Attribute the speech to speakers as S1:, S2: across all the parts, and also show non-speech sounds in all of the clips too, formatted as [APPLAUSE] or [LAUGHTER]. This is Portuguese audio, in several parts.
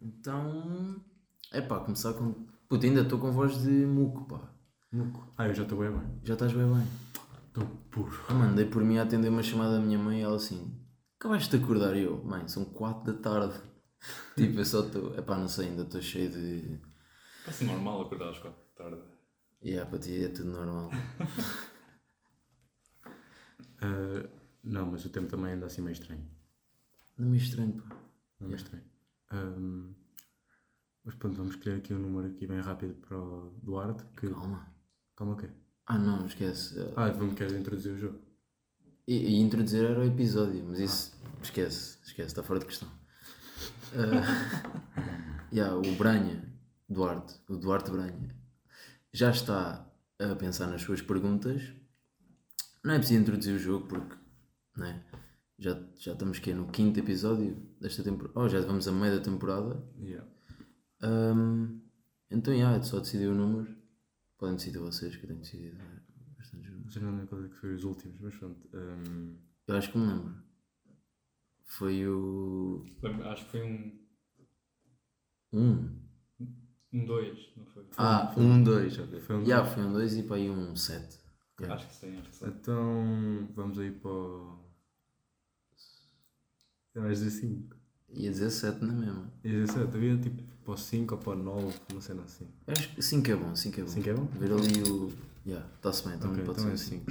S1: Então. É pá, começar com. Puta, ainda estou com voz de muco, pá.
S2: Muco. Ah, eu já estou bem, bem.
S1: Já estás bem bem.
S2: Estou puro.
S1: Ah, mano, dei por mim a atender uma chamada da minha mãe e ela assim. Acabaste de acordar E eu, mãe, são 4 da tarde. [LAUGHS] tipo, eu só estou. É pá, não sei, ainda estou cheio de.
S3: Parece normal acordar às 4 da tarde.
S1: E yeah, para ti é tudo normal.
S2: Ah, não, mas o tempo também anda assim meio estranho.
S1: Não me estranho, pá.
S2: Não é estranho. Ahm, mas pronto, vamos escolher aqui um número aqui bem rápido para o Duarte. Que...
S1: Calma.
S2: Calma o quê?
S1: Ah, não, esquece.
S2: Ah, vamos queres introduzir o jogo.
S1: E, e introduzir era o episódio, mas isso esquece, esquece, está fora de questão. Ah, [LAUGHS] yeah, o Branha, Duarte, o Duarte Branha, já está a pensar nas suas perguntas. Não é preciso introduzir o jogo porque né, já, já estamos aqui no quinto episódio desta temporada. Oh, já vamos a meio da temporada.
S2: Yeah.
S1: Ahm, então, yeah, é só decidir o número. Podem decidir vocês, que eu tenho decidido é bastante números.
S2: Já não lembro qual é que foi os últimos, mas pronto. ah, ahm,
S1: Eu acho que me lembro. Foi o.
S3: Lembro- Acho que foi um
S1: um
S3: 2, não foi?
S1: Ah, um dois
S2: foi um
S1: Yeah, foi um dois e para aí um sete
S3: Acho que sim, acho que sim.
S2: Então vamos aí para o. É mais de 5.
S1: Ia 17 na mesma.
S2: E 17, havia tipo para o 5 ou para o 9, uma cena assim.
S1: Eu acho que 5 é bom, 5 é bom.
S2: Cinco é bom?
S1: Ver ali o. Yeah, está-se bem, então
S2: Ok,
S1: pode
S2: então é
S1: ser 5.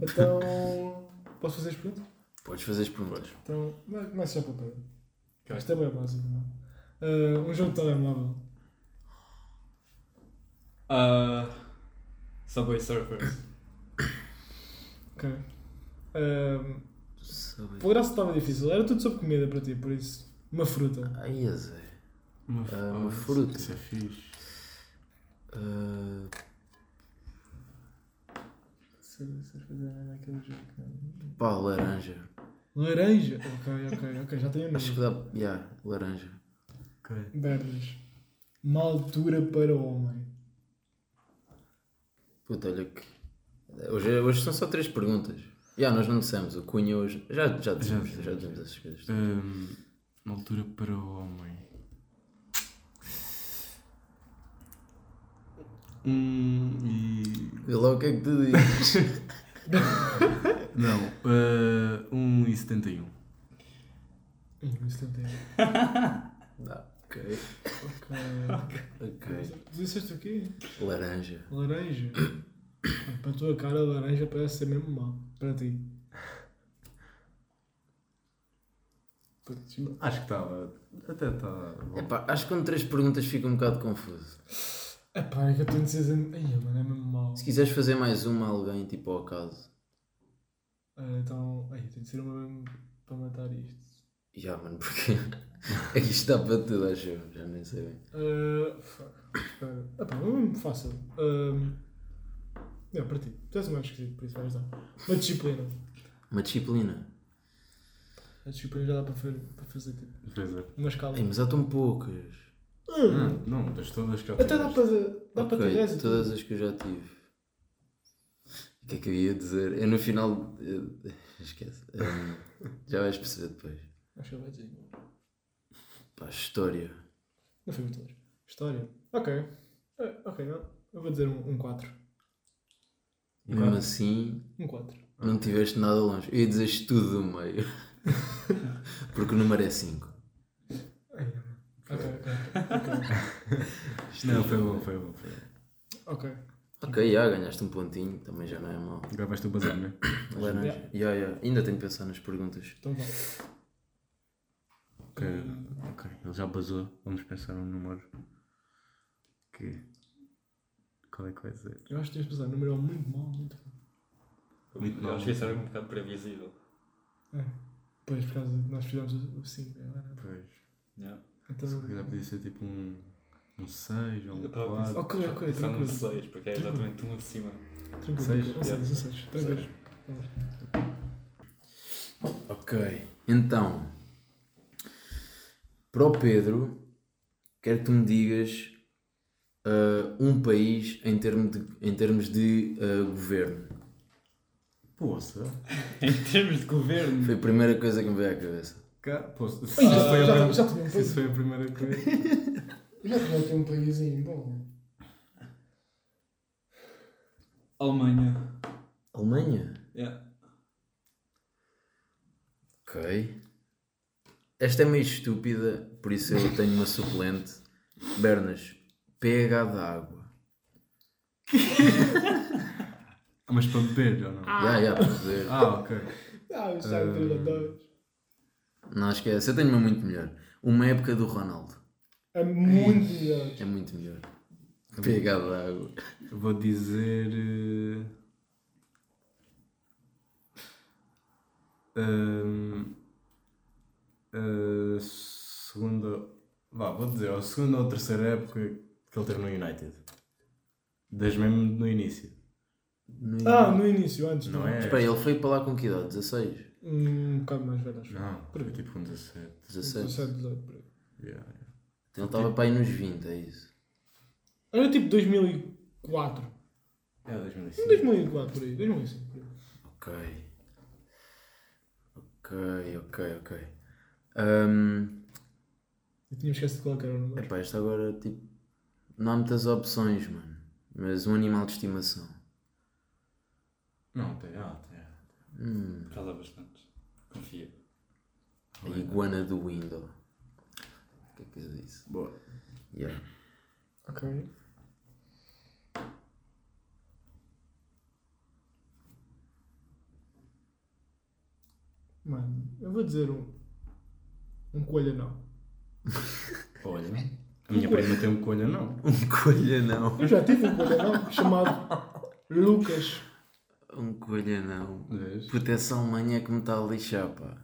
S4: Então. [LAUGHS] Posso fazer as perguntas?
S1: Podes fazer as perguntas.
S4: Então, vai- começa já para o Pedro. Isto é bem básico, não é? Ah, um jogo de telemóvel.
S3: Ah, Subway Surfers.
S4: Ok. Ah,
S1: Sabe?
S4: por acaso estava difícil. Era tudo sobre comida para ti, por isso. Uma fruta.
S1: Ai, a Zé.
S2: Uma,
S1: Ah, uma fruta.
S2: Isso é fixe.
S1: Ah, pá, laranja.
S4: Laranja. Ok, ok, ok. Já tenho o
S1: Acho que dá.
S4: número.
S1: Yeah, laranja.
S2: Ok.
S4: Bernas. Uma altura para o homem.
S1: Puta, olha que. Hoje, hoje são só três perguntas. Já, nós não dissemos. O cunha hoje. Já, já dissemos, já,
S2: dissemos,
S1: dissemos essas coisas.
S2: Ahm, uma altura para o homem. Hum, e.
S1: Vê lá o que é que tu dizes.
S2: [LAUGHS] Não, ah, 1 e 71.
S4: Hum, isso não tem.
S1: Dá. Ok,
S4: Ok.
S1: ok.
S4: Disseste o quê?
S1: Laranja.
S4: Laranja. [COUGHS] para a tua cara, laranja parece ser mesmo mal. Para ti.
S2: Acho que estava. Até está. bom.
S1: Epá, acho que com três perguntas fica um bocado confuso.
S4: Epá, é que eu tenho de ser. Ai, mano, é mesmo mal.
S1: Se quiseres fazer mais uma a alguém, tipo ao acaso.
S4: Ah, então. Ai, eu tenho de ser uma mesmo para matar isto.
S1: Já, mano, porque. [LAUGHS] é que isto dá para tudo, acho eu. Já nem sei bem.
S4: Ah, fuck. Espera. Epá, é mesmo fácil. Ah, é, para ti. Tu és o mais esquisito, por isso vais dar. Uma disciplina.
S1: Uma disciplina.
S4: A disciplina já dá para fazer, para fazer tipo,
S2: Beleza.
S4: uma escala.
S1: Ei, mas há tão poucas.
S4: Ah,
S2: Ah, não, das todas que eu
S4: até Então dá
S2: tiveste.
S4: para. Dá para ter
S1: Ok,
S4: 10 e tudo.
S1: todas as que eu já tive. O que é que eu ia dizer? É no final. eh, [LAUGHS] Esquece. Eh, já vais perceber depois.
S4: tipo. Acho que vai dizer. igual.
S1: Pá, história.
S4: Não foi muito longe. História. Ok. Ah, ok, não. Eu vou dizer um 4.
S1: Mesmo assim,
S4: Um 4.
S1: não tiveste nada longe. Eu ia dizer estudo do meio. [LAUGHS] Porque o número é 5.
S4: Ok, ok.
S2: Não, foi bom, foi bom. Foi bom.
S4: Ok.
S1: Ok, já ganhaste um pontinho, também já não é mal.
S2: Agora vais tu bazar, não é?
S1: Laranja. Yeah, yeah. Ainda tenho que pensar nas perguntas.
S4: Então vá.
S2: Ok, ok. Ele já basou. Vamos pensar um número. Que. Qual é que vai ser?
S4: Eu acho que tens de pensar. O número é muito mal, muito mal.
S2: Muito
S3: Eu
S2: mal.
S3: acho que isso era um bocado previsível.
S4: É. Pois, por causa de nós fizemos o 5.
S2: Pois.
S3: Yeah.
S4: Então.
S2: Se calhar podia ser tipo um. Um 6 ou um
S3: Eu tava a
S2: 4.
S4: Ok, ok,
S3: Pensar num
S4: tranquilo.
S3: 6, porque é exatamente um acima. [LAUGHS]
S4: Tranquilo.
S2: Seis.
S4: tranquilo. Um 6, um 6. Tranquilo.
S1: Ok. Então, para o Pedro, quero que tu me digas ah, um país em, termo de, em termos de ah, governo.
S2: Poça.
S3: em termos de governo.
S1: Foi a primeira coisa que me veio à cabeça.
S2: Cá, pô, se, se,
S4: Ih,
S2: isso foi a
S4: já-
S2: prim-
S4: já tinha um
S2: se isso
S4: país.
S2: foi a primeira coisa.
S4: Eu já tinha aqui um paísinho bom.
S3: Alemanha.
S1: Alemanha?
S3: Yeah.
S1: Ok. Esta é meio estúpida, por isso eu tenho uma suplente. Bernas, pH da água.
S2: Ah, mas para beber ou não? Ah,
S1: Já, já, para poder.
S2: ok.
S4: Ah, eu já entrei
S2: Ah.
S4: a dois.
S1: Não esquece, eu tenho uma muito melhor. Uma época do Ronaldo.
S4: É muito melhor.
S1: É muito melhor. pH da água.
S2: Eu Vou dizer. eh, ahm, ehm, eh, segunda. Vá, vou dizer, a segunda ou terceira época que ele teve no United. Das mesmo no início.
S1: No-
S4: Ah, no início, antes.
S2: Não
S4: não.
S2: é?
S1: Espera, ele foi para lá com que idade? 16?
S4: Um bocado mais velho, acho.
S2: Não, foi tipo com 17.
S1: 16?
S4: 17, 18, por aí.
S2: Yeah, yeah.
S1: Então ele estava para aí nos 20, é isso.
S4: Era tipo 2004.
S2: É, 2005.
S4: 2004, por aí. 2005, por aí.
S1: Ok. Ok, ok, ok. Hum,
S4: Eu tinha esquecido qual é que era o número.
S1: epá, isto agora, tipo, não há muitas opções, mano. Mas um animal de estimação.
S2: Não, tem, ah, tem.
S1: Hum,
S3: Cala Tá bastante. Confia.
S1: a iguana do window. O que é que é isso?
S2: Boa.
S1: Yeah. [LAUGHS]
S4: Ok. Mano, eu vou dizer um. Um coelho não.
S2: Olha. A minha prima tem um colha, não.
S1: Um colha não.
S4: Eu já tive um coelho não [LAUGHS] chamado Lucas.
S1: Um colha não.
S2: Vês?
S1: Proteção humana é que me está a lixar, pá.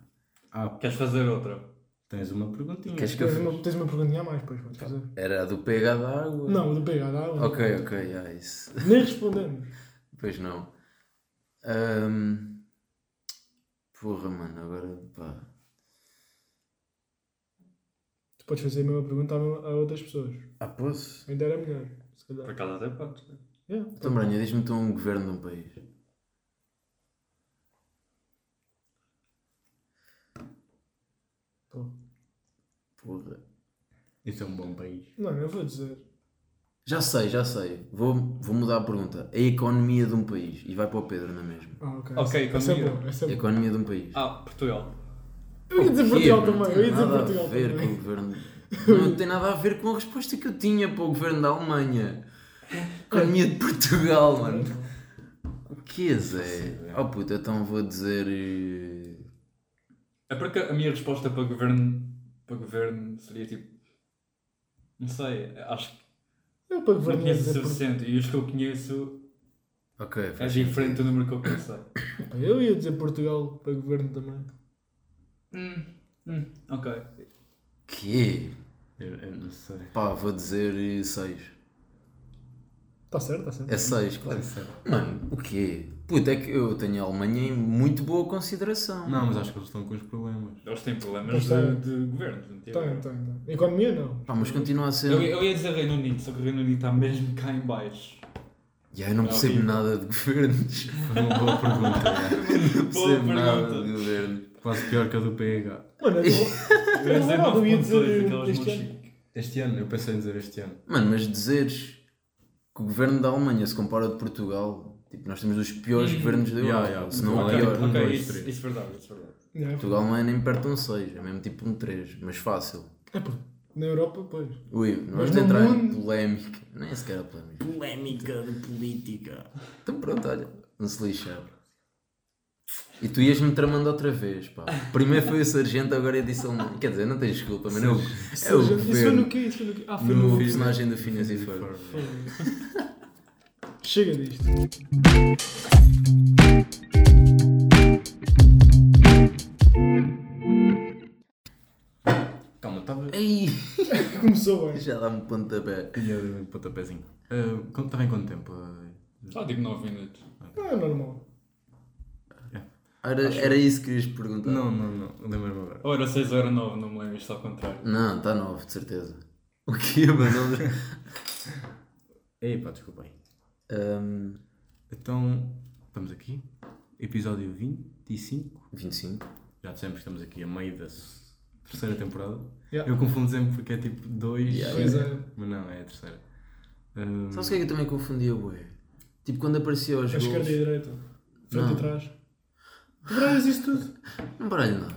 S2: Ah,
S3: Queres fazer outra?
S2: tens uma perguntinha.
S1: Queres que eu
S4: Tens
S1: faça?
S4: uma, tens uma perguntinha a mais, pois vais fazer.
S1: Era a do pH da água?
S4: Não, do PH dá.
S1: Ok, ok, yeah, isso. [LAUGHS]
S4: Nem respondemos.
S1: Pois não. Ahm, Porra, mano, agora pá.
S4: Tu podes fazer a mesma pergunta a, a outras pessoas.
S1: Ah, posso?
S4: Ainda era melhor, se
S3: Por
S4: calhar.
S3: acaso até podes. né?
S4: Yeah,
S1: Então, Branha, diz-me tu um governo de um país.
S4: tô.
S1: Porra.
S2: Isso é um bom país.
S4: Não, eu vou dizer.
S1: Já sei, já sei. Vou, vou mudar a pergunta. A economia de um país. E vai para o Pedro, na mesma.
S4: Ah, ok.
S3: Ok,
S4: essa, essa é
S3: economia.
S4: boa, essa
S1: A
S4: é boa.
S1: economia de um país.
S3: Ah, Portugal.
S4: Eu ia dizer
S1: O quê,
S4: Portugal
S1: mano?
S4: também.
S1: Não
S4: Eu
S1: tem
S4: ia dizer
S1: nada
S4: Portugal
S1: a ver
S4: também.
S1: com o
S4: [LAUGHS]
S1: governo. Não tem nada a ver com a resposta que eu tinha para o governo da Alemanha. Economia de Portugal, mano. O que é, Zé? Oh puta, então vou dizer. eh,
S3: É porque a minha resposta para governo, para governo seria tipo. Não sei, acho que
S4: Eu para
S3: não
S4: governo ia
S3: conheço o
S4: dizer Portugal.
S3: suficiente e os que eu conheço
S1: Ok,
S3: é
S1: faz
S3: diferente do número que eu pensei.
S4: Eu ia dizer Portugal para governo também.
S3: Hum, hum, ok.
S1: Que?
S2: Eu, eu não sei.
S1: Pá, vou dizer 6.
S4: Está Tá certo, está certo.
S1: É 6, claro.
S2: sei.
S1: Mano, o quê? Puta, é que eu tenho a Alemanha em muito boa consideração.
S2: Não, mas acho que eles estão com os problemas.
S3: Eles têm
S4: Não
S3: problemas
S4: sei.
S3: de, de governo, não tem?
S4: Tem, tem, tem. Tá, Economia não.
S1: Pá, mas continua a ser.
S3: Eu, eu ia dizer Reino Unido, só que o Reino Unido está mesmo cá em baixo.
S1: Já, eu não
S3: É
S1: percebo
S3: horrível.
S1: nada de governos.
S2: Foi uma boa pergunta.
S1: [LAUGHS]
S2: é.
S1: Não percebo
S3: Boa
S1: nada
S3: pergunta.
S1: de governos.
S2: Quase pior que a do PH.
S1: [LAUGHS]
S4: Mano, [LAUGHS] é eu tô-
S3: Eu ia dizer
S4: Não, eu
S3: 9.2,
S4: ia dizer
S3: aquelas
S4: este
S3: mãos
S4: ano.
S3: chique.
S2: Este ano, eu pensei em dizer este ano.
S1: Mano, mas dizeres que o governo da Alemanha se compara ao de Portugal, tipo, nós temos os piores
S4: Uhum.
S1: governos da Europa.
S2: Ya, ya,
S1: Se não o
S2: Portugal é
S1: pior.
S2: tipo um,
S3: Ok,
S2: dois,
S3: isso,
S2: três.
S3: isso é verdade, isso é verdade.
S4: Não, é
S1: Portugal não é nem perto de um 6, é mesmo tipo um 3, mas fácil.
S4: É porque na Europa, pois.
S1: Ui, não
S4: Mas
S1: vamos de
S4: no
S1: entrar em
S4: mundo-
S1: polémica. Nem sequer a polémica.
S5: Polémica de política.
S1: Então pronto, olha, não se lixa. E tu ias-me tramando outra vez, pá. Primeiro foi o sargento, agora eu disse ele não. Quer dizer, não tens desculpa, mas não. É o
S4: Seja, isso foi
S1: governo.
S4: no quê? Isso foi no quê? Ah, foi
S1: No
S4: no.
S1: personagem do Phineas e Ferb.
S4: Chega disto.
S2: Calma, estava.
S1: Ei,
S4: Começou bem.
S1: já dá-me um pontapé.
S2: Tinha de um pontapézinho. Ah, quanto estava em quanto tempo? Ah,
S3: Só digo 9 minutos.
S4: Não é normal.
S1: Era, era isso que querias perguntar.
S2: Não, não, não. Lembro-me agora.
S3: Ou era 6 ou era 9, não me lembro, isto ao contrário.
S1: Não, está novo, de certeza. O quê, mano?
S2: Ei, pá, desculpa aí.
S1: [LAUGHS] Ahm,
S2: Então, estamos aqui. Episódio 25.
S1: 25.
S2: Já dissemos que estamos aqui a meio da s- terceira temporada.
S4: Yeah.
S2: Eu confundo sempre porque é tipo dois,
S1: Yeah,
S4: Pois é.
S2: mas não, é a terceira. Um, Ahm,
S1: Sabes o que é que eu também confundia, bué? Tipo, quando aparecia os
S4: A esquerda e a
S1: gols...
S4: direita. Frente
S1: Não.
S4: e trás. Tu baralhas isso tudo.
S1: Não baralho nada.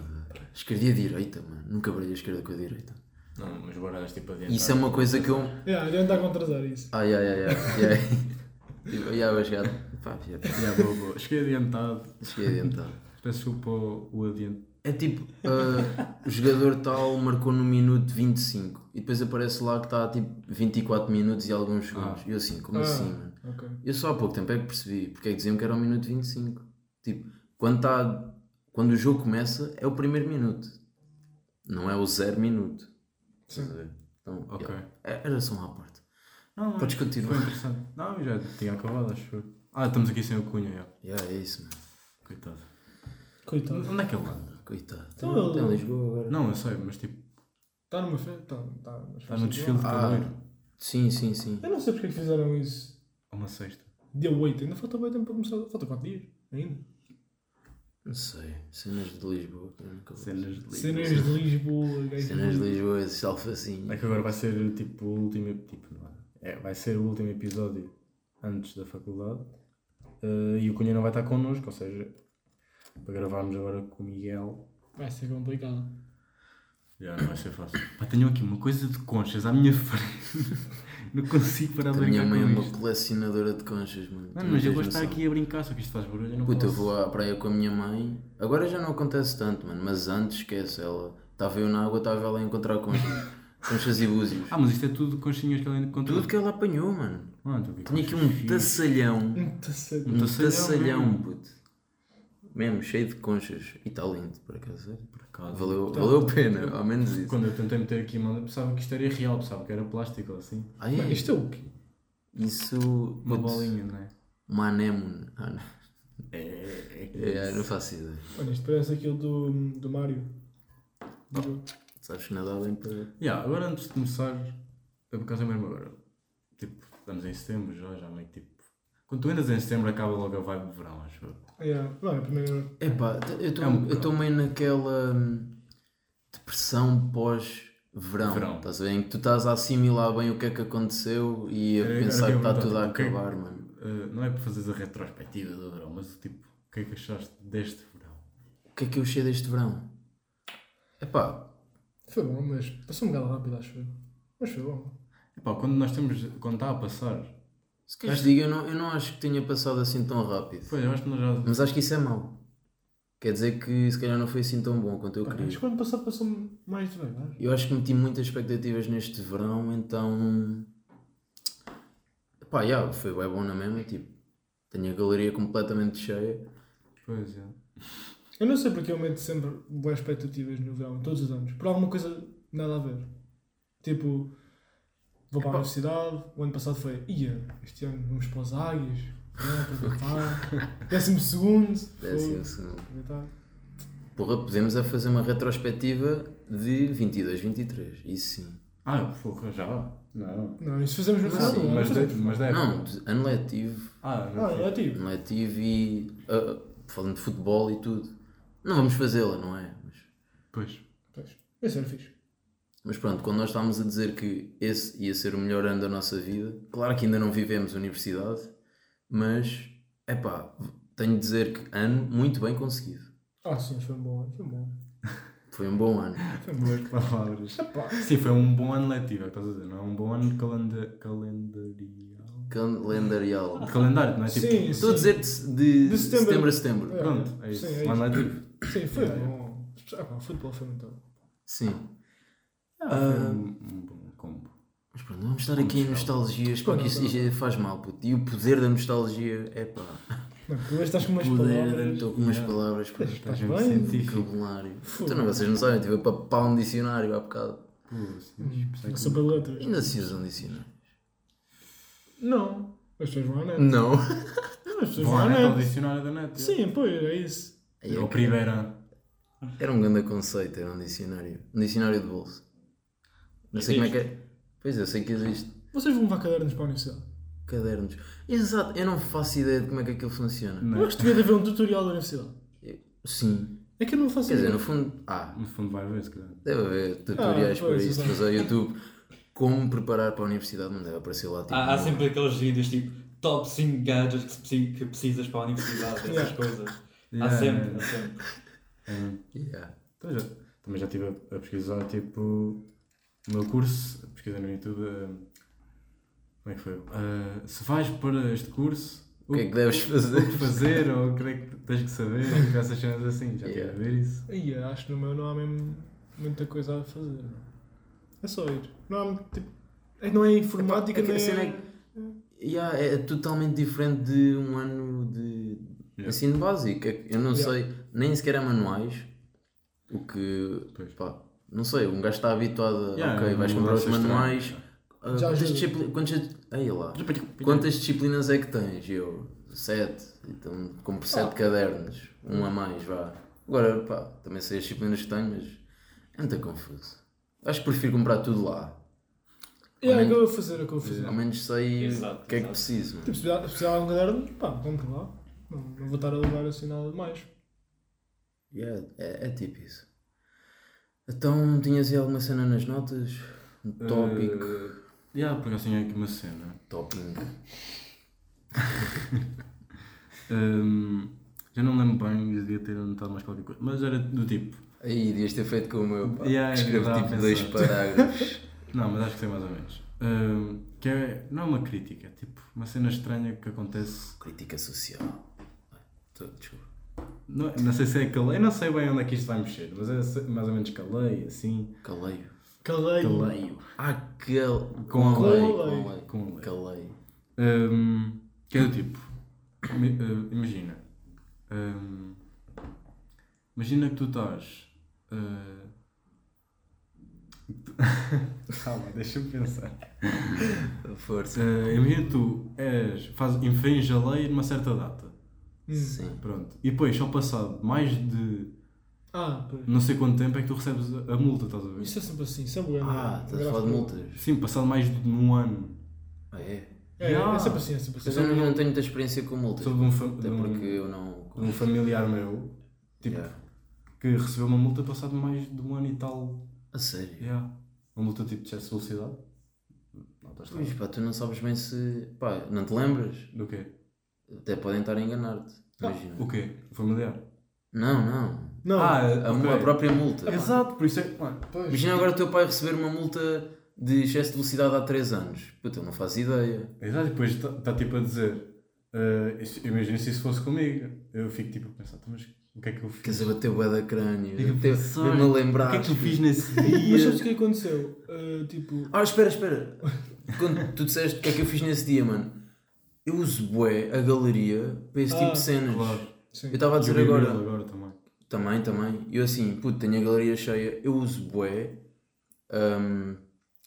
S1: Esquerda e a direita, mano. Nunca baralho a esquerda com a direita.
S2: Não, mas baralhas tipo adiantar.
S1: Isso é uma coisa que eu...
S4: Yeah, ele anda a contrasar isso.
S1: Ai, ai, ai, ai. ai. Tipo, ai, [LAUGHS] ai, chegado. Pá, já
S2: Yeah, boa, boa. Cheguei adiantado.
S1: cheguei adiantado.
S2: Peço desculpa o o adianto.
S1: É tipo, ah, o jogador tal marcou no minuto 25 e depois aparece lá que está tipo 24 minutos e alguns segundos. E eu assim, como
S4: Ah.
S1: assim, mano?
S4: Ok.
S1: Eu só há pouco tempo é que percebi porque é que diziam que era o minuto 25. Tipo, quando, tá, quando o jogo começa é o primeiro minuto, não é o zero minuto. Estás a ver? Então,
S2: Ok.
S1: yeah. É- Era só uma parte.
S2: Não, não.
S1: Podes
S2: Foi
S1: continuar.
S2: interessante. Não, eu já tinha acabado, acho eu. Ah, estamos aqui sem o Cunha, já.
S1: Yeah, é isso, mano.
S2: Coitado.
S4: Coitado.
S2: Onde é que ele anda?
S1: Coitado.
S4: Então,
S1: Então,
S4: ele-
S1: Lisboa agora.
S2: Não, eu sei, mas tipo,
S4: Está numa frente. Está tá,
S2: está no desfile de
S1: Ah.
S2: cavaleiro.
S1: Sim, sim, sim.
S4: Eu não sei porque é que fizeram isso.
S2: Há Uma sexta.
S4: Dia 8. Ainda falta bem tempo para começar. Falta 4 dias. Ainda.
S1: Não sei. Cenas de Lisboa. que eu nunca vou-
S2: Cenas de
S4: Cenas de Lisboa. gajo.
S1: Cenas de Lisboa, esse alfacinho.
S2: É que agora vai ser tipo o último. Tipo, não é? É, vai ser o último episódio antes da faculdade. Eh, e o Cunha não vai estar connosco, ou seja, para gravarmos agora com o Miguel.
S4: Vai ser complicado.
S2: Já não vai ser fácil. Pá, tenho aqui uma coisa de conchas à minha [LAUGHS] frente. não consigo parar de
S1: A minha
S2: brincar
S1: mãe é
S2: com
S1: uma
S2: isto.
S1: colecionadora de conchas, mano. Tu
S2: Mano,
S1: não
S2: mas eu
S1: tens
S2: vou estar
S1: noção.
S2: aqui a brincar, só que isto faz barulho. eu Não
S1: Puta, eu
S2: posso.
S1: vou à praia com a minha mãe. Agora já não acontece tanto, mano. Mas antes, esquece ela. Estava eu na água, estava ela a encontrar conchas.
S2: [LAUGHS]
S1: conchas e búzios.
S2: Ah, mas isto é tudo conchinhas que ela ainda encontrou.
S1: Tudo que ela apanhou, mano.
S2: Mano, tu Ah, então que
S1: Tinha aqui
S2: conchas
S1: um
S2: fixe.
S1: taçalhão.
S4: Muito cedo.
S1: Um
S2: taçalhão,
S1: taçalhão,
S2: mesmo.
S1: puto. Mesmo, cheio de conchas. E está lindo, por acaso.
S2: Por acaso.
S1: Valeu, valeu a pena, ao menos isso.
S2: Quando eu tentei meter aqui, mano, eu pensava que isto era real, pensava que era plástico ou assim.
S1: Ai,
S4: Bem, Isto é o quê?
S1: Isso.
S2: Uma
S1: puto,
S2: bolinha, não é?
S1: Uma anémone. Ah, não.
S2: É, é,
S1: É, não faço ideia.
S4: Olha, isto parece aquilo do, do Mário. Do jogo.
S1: Sabes que nada há bem para.
S2: Yeah, agora antes de começar, é por causa mesmo agora. Tipo, estamos em setembro já, já meio que tipo. Quando tu entras em setembro, acaba logo a vibe de verão, acho eu.
S4: Yeah. Não, é a primeira.
S1: Epá, t- eu
S2: É um
S1: estou tô meio naquela hum, depressão pós-verão.
S2: Verão.
S1: Estás a ver? Em que tu estás a assimilar bem o que é que aconteceu e a
S2: Era- era
S1: pensar
S2: que
S1: que
S2: eu
S1: está
S2: perguntava,
S1: tudo a
S2: o que é que-
S1: acabar, mano.
S2: Uh, não é para fazeres a retrospectiva do verão, mas tipo, o que é que achaste deste verão?
S1: O que é que eu achei deste verão? Epá,
S4: Foi bom, mas passou um bocado rápido, acho eu. Mas foi bom.
S2: Epá, quando nós temos. Quando está a passar.
S1: se queres diga, eu não, eu não acho que tenha passado assim tão rápido.
S2: Pois, eu acho que nós já.
S1: Mas acho que isso é mau. Quer dizer que se calhar não foi assim tão bom quanto eu
S4: Pá, Mas
S1: queria.
S4: quando passou, passou mais devagar.
S1: Eu acho que meti muitas expectativas neste verão, então. Pá, yeah, foi bem bom na mesma. Tipo, tenho a galeria completamente cheia.
S2: Pois, é.
S4: Eu não sei porque eu meto sempre boas expectativas no verão, todos os anos, por alguma coisa nada a ver. Tipo, vou para a universidade, o ano passado foi, ia, este ano vamos para os águias, né, para cantar, décimo segundo,
S1: Décimo
S4: foi,
S1: segundo.
S4: para cantar.
S1: É assim, Porra, podemos é fazer uma retrospectiva de 22, 23. Isso sim.
S2: Ah, porra, já. Não.
S4: Não, isso fazemos no final do
S2: Sim,
S4: ano.
S2: mas,
S4: fazemos.
S2: de, mas da
S1: Não,
S2: época.
S1: de- ano letivo.
S2: Ah, não.
S4: Ah, é ativo.
S1: Ano letivo e. ah, falando de futebol e tudo. Não vamos fazê-la, não é? Mas,
S2: Pois.
S4: Pois, isso era fixe.
S1: mas pronto, quando nós estávamos a dizer que esse ia ser o melhor ano da nossa vida, claro que ainda não vivemos universidade, mas. É pá, tenho de dizer que ano muito bem conseguido.
S4: Ah, sim, foi um bom ano, foi um bom ano.
S1: Foi um bom ano.
S2: Boas palavras.
S4: Epá,
S2: Sim, foi um bom ano letivo, é o que estás a dizer, não é um bom ano calenda... calendarial.
S1: Calendarial.
S2: De calendário, não é tipo.
S4: Sim,
S1: Estou a
S4: sim.
S1: dizer de, de,
S4: De setembro.
S1: setembro a setembro.
S4: É.
S2: Pronto, é isso.
S4: Sim, é isso.
S2: Um ano letivo.
S4: Sim, foi
S2: É.
S4: bom. Ah, pá, o futebol foi muito bom.
S1: Sim.
S2: Foi
S1: Ah,
S2: um, um bom combo.
S1: Mas pronto, vamos estar aqui em
S2: Vamos estar.
S1: nostalgias, pá, que isso isso faz mal, puto. E o poder da nostalgia, é pá.
S4: Não, tu hoje estás com umas
S1: Poder da
S4: palavras.
S1: Estou com umas palavras, pá.
S2: Está
S4: Estás
S2: gente
S4: bem?
S2: científico.
S1: Vocabulário. Então, não, vocês não sabem, eu tive a papar um dicionário há bocado.
S2: Pô, sim, pensei que-
S4: Hum. Sobre letras.
S1: Ainda se usa um dicionário?
S4: Não. As pessoas vão à net.
S1: Não.
S4: Não, as pessoas
S2: Bom,
S4: vão à
S2: é o
S4: net.
S2: dicionário da net.
S4: Sim, pois, é isso.
S1: Aí
S2: É
S1: é
S2: o
S1: que-
S2: primeiro ano.
S1: Era um grande conceito, era um dicionário. Um dicionário de bolso. Não sei como é que é. Pois eu sei que existe.
S4: Vocês vão levar cadernos para a universidade.
S1: Cadernos. Exato, eu não faço ideia de como é que aquilo funciona.
S4: Eu acho que devia de haver um tutorial da universidade.
S1: Eu- Sim.
S4: É que eu não faço
S1: Quer dizer,
S4: ideia.
S1: no fundo, ah,
S2: No fundo vai haver, se calhar.
S1: deve haver tutoriais
S4: Ah,
S1: para
S4: pois,
S1: isso,
S4: exato.
S1: mas ao YouTube, como preparar para a universidade, não deve aparecer lá tipo.
S3: Há, há
S1: um-
S3: sempre aqueles vídeos tipo top 5 gadgets que, se preci- que precisas para a universidade, essas
S4: Yeah.
S3: coisas. Há
S2: Yeah, é,
S3: sempre, há
S2: yeah,
S3: sempre.
S2: yeah.
S1: Yeah.
S2: Então já, também já estive a, a pesquisar, tipo, o meu curso, a pesquisar no YouTube, eh, como é que foi? Eh, se vais para este curso,
S1: O que é que deves fazer?
S2: o que fazer, ou creio que tens que saber, essas cenas assim, já estive
S1: Yeah.
S2: a ver isso.
S4: Aí, acho que no meu não há mesmo muita coisa a fazer. É só ir. Não há muito tipo. é que Não é informática,
S1: É que a
S4: nem
S1: cena é
S4: é.
S1: Yeah, é totalmente diferente de um ano de
S2: Yeah.
S1: ensino básico. É que Eu não
S4: Yeah.
S1: sei, nem sequer há manuais. O que,
S2: Pois.
S1: pá, não sei, um gajo está habituado a,
S2: Yeah,
S1: ok, vais
S2: não
S1: comprar os
S2: achas estranho.
S1: manuais. ah,
S4: Já
S1: quantas,
S4: ajuda.
S1: discipli- quantas- ei lá, quantas disciplinas é que tens? E Eu, sete. Então compro
S4: Ah.
S1: sete cadernos, um a mais, vá. Agora, pá, também sei as disciplinas que tenho, mas é muito confuso. Acho que prefiro comprar tudo lá.
S4: É, é o que eu vou fazer, é o que eu vou fazer.
S1: Ao menos sei
S3: Exato,
S1: o que é que
S3: exato.
S1: preciso. mano.
S4: Tipo, se precisar- se precisar de um caderno, pá, compre lá. Não, não vou estar a levar assim nada demais.
S1: Yeah, é, é tipo isso. Então, tinhas aí alguma cena nas notas? Um tópico?
S2: Eh, yeah, porque assim é aqui uma cena.
S1: Tópico.
S2: Hum, já não me lembro bem, devia ter anotado mais qualquer coisa, mas era do tipo.
S1: Aí, devias ter feito como eu, pá.
S2: Yeah, é
S1: que escrevo
S2: eu tava a
S1: tipo dois
S2: pensar.
S1: parágrafos.
S2: [LAUGHS] Não, mas acho que sei mais ou menos. Hum, que é, não é uma crítica, é tipo uma cena estranha que acontece
S1: Crítica social. Ai, tô- desculpa.
S2: Não, não sei se é calei, não sei bem onde é que isto vai mexer, mas é se- mais ou menos calei, assim.
S1: Caleio.
S4: Caleio.
S2: Caleio.
S1: Ah, cal...
S2: Com a
S1: lei.
S4: lei.
S1: Com a lei.
S2: Com a lei.
S1: Caleio.
S2: Hum, que é do tipo. mi- eh, imagina. hum, imagina que tu estás. eh, tu- [LAUGHS] Calma, deixa-me pensar.
S1: Força.
S2: Eh, imagina que tu és, faz, infringe a lei numa certa data.
S4: Hum.
S1: Sim.
S2: Pronto. E depois, só passado mais de
S4: Ah, pois.
S2: não sei quanto tempo é que tu recebes a a multa, estás a ver?
S4: Isso é sempre assim, sempre é
S1: Ah, estás a falar de multas.
S2: Sim, passado mais de um ano.
S1: Ah, é?
S4: É,
S2: Yeah.
S4: é sempre assim, é sempre assim.
S1: Mas eu não, não tenho muita experiência com multas.
S2: Sobre um, fa- de
S1: Até
S2: um-
S1: porque eu não...
S2: de um familiar meu tipo,
S1: Yeah.
S2: que recebeu uma multa passado mais de um ano e tal.
S1: A sério?
S2: Yeah. Uma multa tipo de excesso de velocidade. Não, estás
S1: Pois, pá, tu não sabes bem se... Pá, não te lembras?
S2: Do quê?
S1: Até podem estar a enganar-te. Imagina.
S2: Ah, O quê? O familiar?
S1: Não, não.
S4: Não,
S1: A, mu- a própria multa.
S2: Exato, por isso é. Mano, pois.
S1: Ah, Imagina agora o teu pai receber uma multa de excesso de velocidade há 3 anos. Puta, eu não faço ideia.
S2: Exato, e depois está tipo a dizer. eh, isso- imagina se isso fosse comigo. Eu fico tipo a pensar, "Tá, mas o que é que eu fiz?
S1: Quer dizer, bateu bué da crânio.
S2: Fico a
S1: Bateu-
S2: pensar,
S1: Mesmo a lembrar. Tipo,
S2: o que é que eu fiz nesse
S4: mas sabes o
S2: dia?
S4: que aconteceu? Ah, tipo,
S1: Ah, espera, espera. Quando tu disseste o que é que eu fiz nesse dia, mano. Eu uso bué a galeria para esse tipo
S4: Ah,
S1: de cenas.
S2: claro.
S4: sim.
S1: Eu estava a dizer
S2: Eu vi
S1: agora.
S2: ele agora também.
S1: Também, também. Eu assim, puto, tenho a galeria cheia. Eu uso bué hum,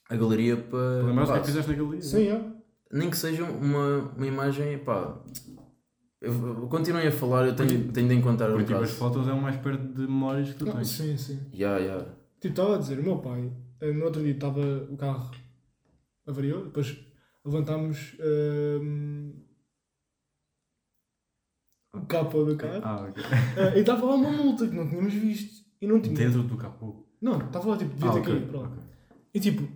S1: a galeria para...
S2: Lembras o que é
S1: pá,
S2: que fizeste naquele dia?
S4: Sim, é.
S1: nem que seja uma, uma imagem, pá. eu- eu- Continuem a falar, eu tenho, tenho de encontrar um
S2: Porque tipo, as
S1: caso.
S2: fotos é o mais perto de memórias que tu
S4: Ah,
S2: tens.
S4: Sim, sim.
S1: Ya, ya.
S4: Tipo, estava a dizer, o meu pai, eh, no outro dia estava o carro avariou, depois levantámos ehm, o capô do carro
S2: Ah, ok.
S4: eh, e estava lá uma multa que não tínhamos visto e não tinha.
S2: Dentro do capô.
S4: Não, estava lá tipo, devia
S2: Ah,
S4: ter
S2: ok,
S4: caído, pronto.
S2: ok.
S4: E tipo,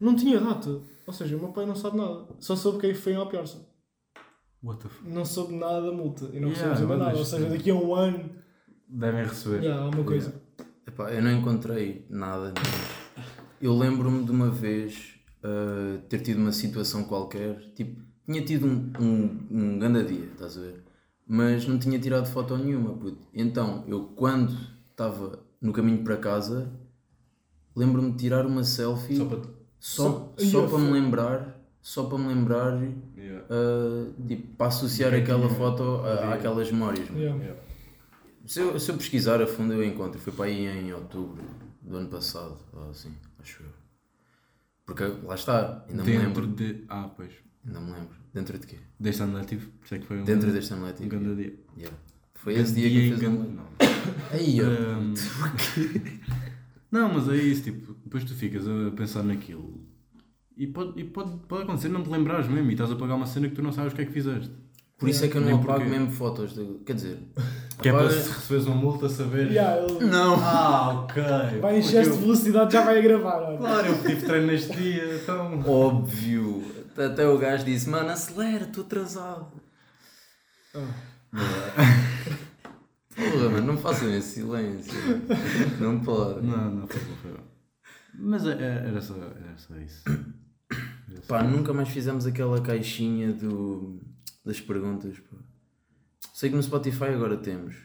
S4: não tinha data. Ou seja, o meu pai não sabe nada. Só soube que aí foi em Alpiarça.
S2: What the f...
S4: Não soube nada da multa. E não
S2: Yeah,
S4: recebemos ainda
S2: mas
S4: nada. Ou
S2: isto- é.
S4: seja, daqui a um ano
S2: Devem receber.
S4: já há uma coisa.
S1: Epá, eu não encontrei nada. mas Eu lembro-me de uma vez ah, ter tido uma situação qualquer, tipo, tinha tido um, um, um grande dia, estás a ver? Mas não tinha tirado foto nenhuma, puto. Então, eu quando estava no caminho para casa, lembro-me de tirar uma selfie
S2: Só
S1: só,
S2: para.
S1: só,
S4: Só- Ia,
S1: para me lembrar, só para me lembrar
S2: Yeah.
S1: uh, tipo, para associar aquela foto a- àquelas memórias. mano.
S4: Yeah.
S2: Yeah.
S1: Se eu, se eu pesquisar a fundo, eu encontro. Foi para aí em outubro do ano passado, ou assim, acho eu. Porque lá está, ainda me
S2: Dentro
S1: lembro.
S2: de. Ah, pois.
S1: Ainda me lembro. Dentro de quê?
S2: Deste ano letivo. Por isso é que foi um.
S1: Dentro deste ano
S2: Um
S1: letivo.
S2: grande dia.
S1: Yeah. Foi esse dia que eu fiz
S2: grande...
S1: um...
S2: Não.
S1: Aí, ó. [LAUGHS]
S2: Hum. não, mas é isso, tipo. Depois tu ficas a pensar naquilo. E pode, e pode, pode acontecer não te lembrares mesmo. E estás a pagar uma cena que tu não sabes o que é que fizeste.
S1: Por isso é que eu
S2: Nem
S1: não apago
S2: porquê.
S1: mesmo fotos. Do... Quer dizer,
S2: Que é para
S1: apaga-
S2: se receberes uma multa saber.
S4: Yeah, ele
S1: Não!
S2: Ah, ok.
S4: vai em
S2: Porque
S4: excesso de
S2: eu-
S4: velocidade, já vai a gravar. olha.
S2: Claro, eu tive treino neste dia, então.
S1: Óbvio! Até o gajo disse: Mano, acelera, estou atrasado.
S4: Ah,
S1: Porra, mano, não façam esse silêncio. Não pode.
S2: Não, não foi bom, foi bom. Mas é- é- era só, era só isso. Era só-
S1: Pá, nunca mais fizemos aquela caixinha do... das perguntas. Pá. Sei que no Spotify agora temos,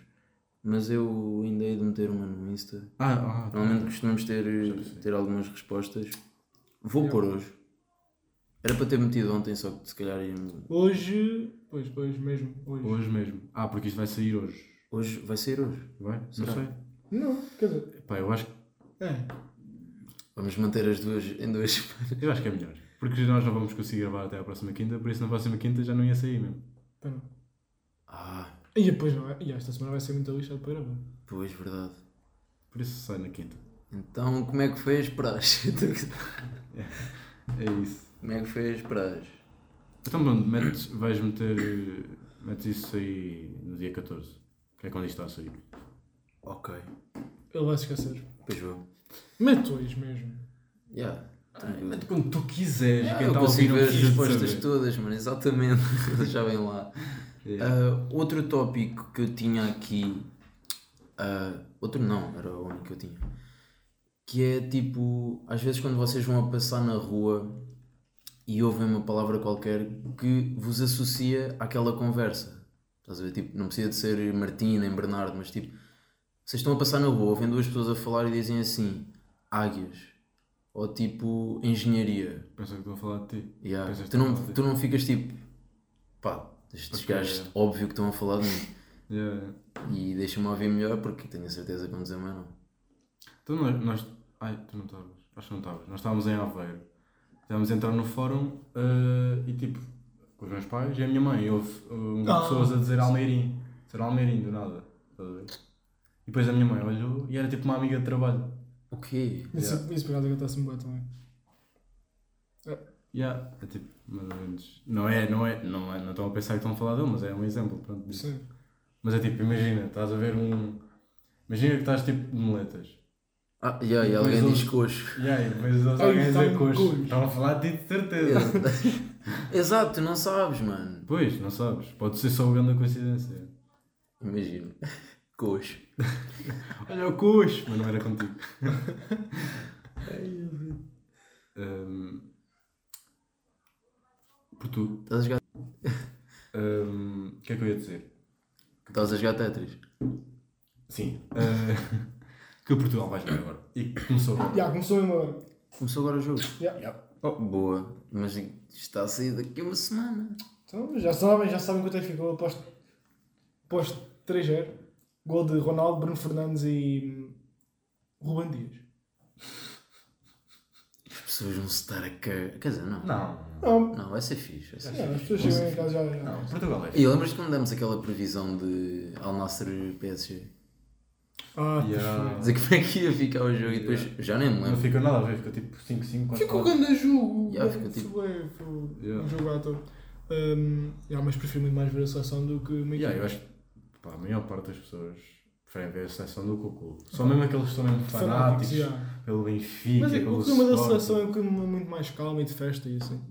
S1: mas eu ainda hei de meter uma no Insta.
S2: Ah, ah,
S1: Normalmente costumamos ter, ter algumas respostas. Vou pôr hoje. Era para ter metido ontem, só que se calhar ia-
S4: Hoje. Pois, pois, mesmo. Hoje.
S2: hoje mesmo. Ah, porque isto vai sair hoje.
S1: Hoje vai sair hoje.
S2: Vai?
S1: Será?
S2: Não sei.
S4: Não, quer dizer.
S2: Pá, eu acho,
S4: É.
S1: Vamos manter as duas em duas [LAUGHS] semanas.
S2: eu acho que é melhor. Porque nós não vamos conseguir gravar até à próxima quinta, por isso na próxima quinta já não ia sair mesmo.
S4: Pera.
S1: Ah,
S4: tá E depois não é. E esta semana vai ser muito lixado para gravar.
S1: pois verdade.
S2: Por isso sai na quinta.
S1: Então como é que foi as [LAUGHS] praxe?
S2: É isso.
S1: como é que foi as praxe?
S2: Então pronto, metes, vais meter. eh, Metes isso aí no dia 14. Que é quando isto está a sair.
S1: Ok.
S4: Ele vai se esquecer.
S1: Pois vou.
S4: Mete hoje mesmo.
S1: Yeah. Tranquilo.
S2: Mete quando tu quiseres.
S1: Ah,
S2: quem tá
S1: eu
S2: está a
S1: consigo
S2: ouvir
S1: ver as
S2: não precisa de
S1: respostas
S2: saber.
S1: todas, mano, exatamente. [LAUGHS] Já vem lá.
S2: Yeah.
S1: Ah, outro tópico que eu tinha aqui. ah, outro não, era o único que eu tinha. Que é tipo, às vezes quando vocês vão a passar na rua e ouvem uma palavra qualquer que vos associa àquela conversa. Estás a ver? Tipo, não precisa de ser Martim nem Bernardo, mas tipo, vocês estão a passar na rua, ouvem duas pessoas a falar e dizem assim: águias. Ou tipo, engenharia.
S2: Pensa que estou a falar de ti.
S1: Yeah.
S2: Pensas
S1: Tu, não,
S2: que-
S1: tu não ficas tipo, pá, estes
S2: Ok,
S1: gajos,
S2: é, yeah.
S1: óbvio que estão a falar de mim.
S2: Yeah.
S1: E deixa-me ouvir melhor porque tenho a certeza que vão dizer mais não.
S2: Então nós, nós. Ai, tu não estavas. Acho que não estavas. Nós estávamos em Aveiro. Estávamos a entrar no fórum eh, e tipo, com os meus pais e a minha mãe. E houve eh,
S4: Ah.
S2: pessoas a dizer Almeirim. Dizer Almeirim do nada. Estás a ver? E depois a minha mãe olhou e era tipo uma amiga de trabalho.
S1: O quê?
S4: Isso,
S2: Yeah.
S4: isso por acaso acontece-me bem também.
S2: Yeah. É tipo, mais ou menos. Não é, não é, não é. Não estão a pensar que estão a falar dele, mas é um exemplo. Pronto, disso.
S4: Sim.
S2: Mas é tipo, imagina, estás a ver um. Imagina que estás tipo de moletas.
S1: Ah, yeah, e
S2: Mas
S1: alguém
S2: eles-
S1: diz
S2: [LAUGHS]
S1: coxo.
S2: E aí, mas eles
S4: Ai,
S2: alguém a dizer
S4: tá um
S2: coxo.
S4: coxo.
S2: Estão a falar de ti de certeza.
S1: Exato, tu não sabes, mano.
S2: Pois, não sabes. Pode ser só uma grande coincidência.
S1: Imagino. Coxo.
S2: [LAUGHS] Olha o coxo! Mas não era
S4: [LAUGHS]
S2: contigo. um, por tu.
S1: Estás a jogar,
S2: Um, O que é que eu ia dizer?
S1: estás a jogar Tetris?
S2: Sim. uh, [LAUGHS] que o Portugal vai jogar agora. E que começou agora.
S4: Já, começou mesmo agora.
S1: Começou agora o jogo.
S2: Yeah.
S1: Oh, boa. Mas isto está a sair daqui a uma semana.
S4: Então, já sabem, já sabem quanto é que ficou. Aposto, aposto 3-0. Gol de Ronaldo, Bruno Fernandes e hum, Ruben Dias.
S1: As pessoas vão se estar a cagar. Quer dizer, não.
S2: Não.
S4: Não,
S1: Não, vai ser fixe. vai ser
S4: é, as pessoas chegam em casa já. já.
S2: Não, Portugal é.
S1: E lembras-te quando demos aquela previsão de Al Nasser PSG?
S4: Ah,
S2: Yeah.
S1: Dizer como é que ia ficar o jogo e depois já nem me
S2: Não
S1: lembro.
S2: ficou nada a ver, ficou tipo 5-5, 4
S4: Ficou grande jogo.
S1: Yeah, ficou tipo-
S4: Foi, foi um
S2: Yeah.
S4: jogo à toa. Hum, yeah, mas prefiro muito mais ver a seleção do que uma
S2: Yeah, eu
S4: equipa.
S2: acho que pá, a maior parte das pessoas preferem ver a seleção do Cucu. Só mesmo aqueles que estão mesmo fanáticos
S4: Fanáticos, yeah.
S2: pelo Benfica,
S4: Mas é,
S2: pelo
S4: o clima da
S2: Sporting.
S4: seleção é um clima muito mais calmo e de festa e assim.